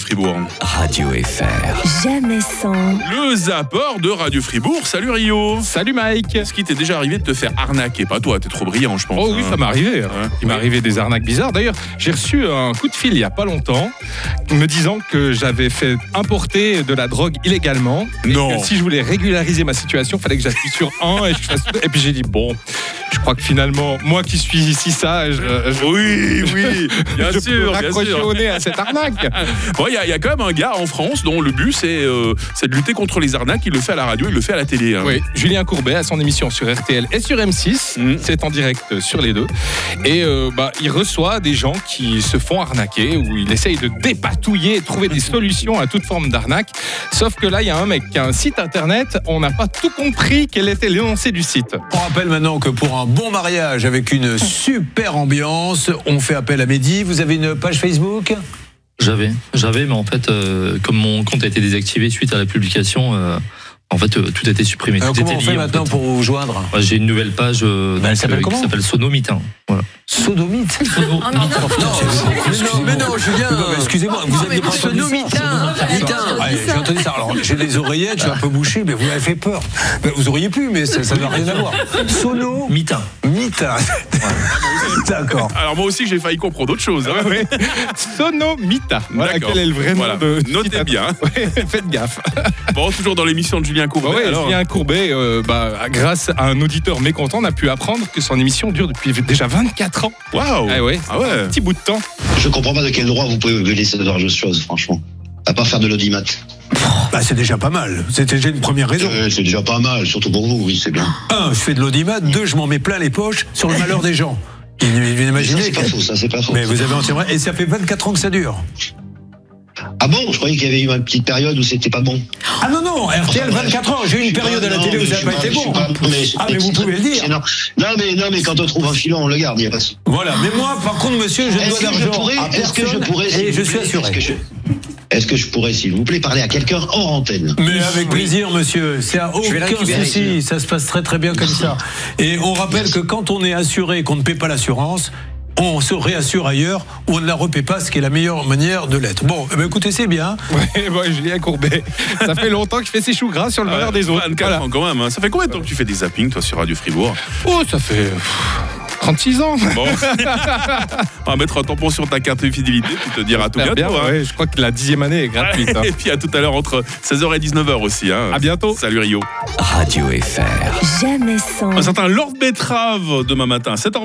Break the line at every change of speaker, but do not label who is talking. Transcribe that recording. Fribourg.
Radio FR.
Jamais sans.
Le Zapper de Radio Fribourg. Salut Rio.
Salut Mike
Est-ce qu'il t'est déjà arrivé de te faire arnaquer Pas toi, t'es trop brillant, je pense.
Oh oui,
hein.
ça m'est arrivé. Il m'est arrivé des arnaques bizarres. D'ailleurs, j'ai reçu un coup de fil il y a pas longtemps me disant que j'avais fait importer de la drogue illégalement. et
Non.
que si je voulais régulariser ma situation, fallait que j'appuie sur un et, je fasse- et puis j'ai dit bon, je crois que finalement, moi qui suis ici sage, euh, je, je-
Oui, oui, bien
je peux
sûr, bien
raccrocher
sûr.
au nez à cette arnaque.
Bon, Il y, a- il y a quand même un gars en France dont le but c'est euh, c'est de lutter contre les arnaques. Il le fait à la radio, il le fait à la télé. hein.
Ah Oui, Julien Courbet a son émission sur RTL et sur M6.
Mhm.
C'est en direct euh, sur les deux. Et euh, bah, il reçoit des gens qui se font arnaquer, où il essaye de dépatouiller et trouver des solutions à toute forme d'arnaque. Sauf que là, il y a un mec qui a un site internet, on n'a pas tout compris quel était l'énoncé du site.
On rappelle maintenant que pour un bon mariage avec une super ambiance, on fait appel à Mehdi. Vous avez une page Facebook Euh,
J'avais, j'avais, mais en fait, euh, comme mon compte a été désactivé suite à la publication, euh, en fait, euh, tout a été supprimé.
Alors,
tout
Comment
était
on
lié,
fait
en
maintenant
fait.
pour vous joindre
Ouais, J'ai une nouvelle page euh,
Bah, elle s'appelle
qui
comment
s'appelle Sonomitin. Voilà.
Sodomite
Sono-
Ah, non, non.
Non, excusez-moi.
mais non, Julien.
Non, mais Excusez-moi, vous
Non,
avez
mais
pas entendu ça Ah,
sonomitain, mitain.
Ouais, J'ai entendu ça. Alors, j'ai les oreillettes, je suis un peu bouché, mais vous m'avez fait peur. Ben, vous auriez pu, mais ça ça n'a rien à voir. Sono,
Mitin.
mitin. D'accord.
Alors moi aussi j'ai failli comprendre d'autres choses. hein.
Sonomita. Ah Voilà
D'accord.
quel est le vrai nom
Voilà.
de. du
Notez
site internet.
bien.
Ouais, faites gaffe.
Bon, toujours dans l'émission de Julien Courbet.
Bah Ouais,
alors.
Julien Courbet, euh, bah, grâce à un auditeur mécontent, on a pu apprendre que son émission dure depuis déjà 24 ans.
Waouh.
Ah ouais,
Ah ouais.
un petit bout de temps.
Je comprends pas de quel droit vous pouvez me laisser ce genre de choses, franchement. À part faire de l'audimat.
Bah, c'est déjà pas mal. C'était déjà une première raison.
Euh, c'est déjà pas mal, surtout pour vous, oui, c'est bien.
Un, je fais de l'audimat. Deux, je m'en mets plein les poches sur le malheur des gens. Il- il-
Non,
Imaginez.
c'est pas faux, ça, c'est pas faux.
Mais vous avez entièrement. Et ça fait 24 ans que ça dure.
Ah bon Je croyais qu'il y avait eu une petite période où c'était pas bon.
Ah non, non, RTL 24 ans. J'ai eu une période à la
Non,
télé où
mais je
ça n'a
suis
pas été
je suis
bon.
pas- mais-
Ah, mais vous pouvez le dire.
c'est Non, Non, mais, non, mais quand on trouve un filon, on le garde, il n'y a pas de souci.
Voilà. Mais moi, par contre, monsieur, je dois
Est-ce que je
d'argent.
pourrais,
à
est-ce que je
personne
pourrais, s'il
Et je
vous
suis
plaît, Est-ce que
assuré.
je, est-ce que je pourrais, s'il vous plaît, parler à quelqu'un hors antenne
Mais avec plaisir, monsieur. C'est à
vais
aucun
récupérer,
souci. Ça se passe très, très bien comme ça. Et on rappelle que quand on est assuré et qu'on ne paie pas l'assurance, on se réassure ailleurs ou on ne la repaie pas, ce qui est la meilleure manière de l'être. Bon, eh ben, écoutez, c'est bien.
Ouais, moi, Julien Courbet, ça fait longtemps que je fais ses choux gras sur le malheur des autres.
24
Voilà.
Euh, ans quand même. hein. Ça fait combien de temps que tu fais des zappings toi sur Radio Fribourg
Oh, ça fait pff, 36 ans.
Bon, on va mettre un tampon sur ta carte de fidélité, tu te diras tout
Super
bientôt.
bien,
hein.
ouais, je crois que la dixième année est gratuite. hein.
Et puis à tout à l'heure entre 16h et 19h aussi. hein.
À bientôt.
Salut Rio.
Radio FR.
Jamais sans.
Un certain Lord Betrave demain matin, 7h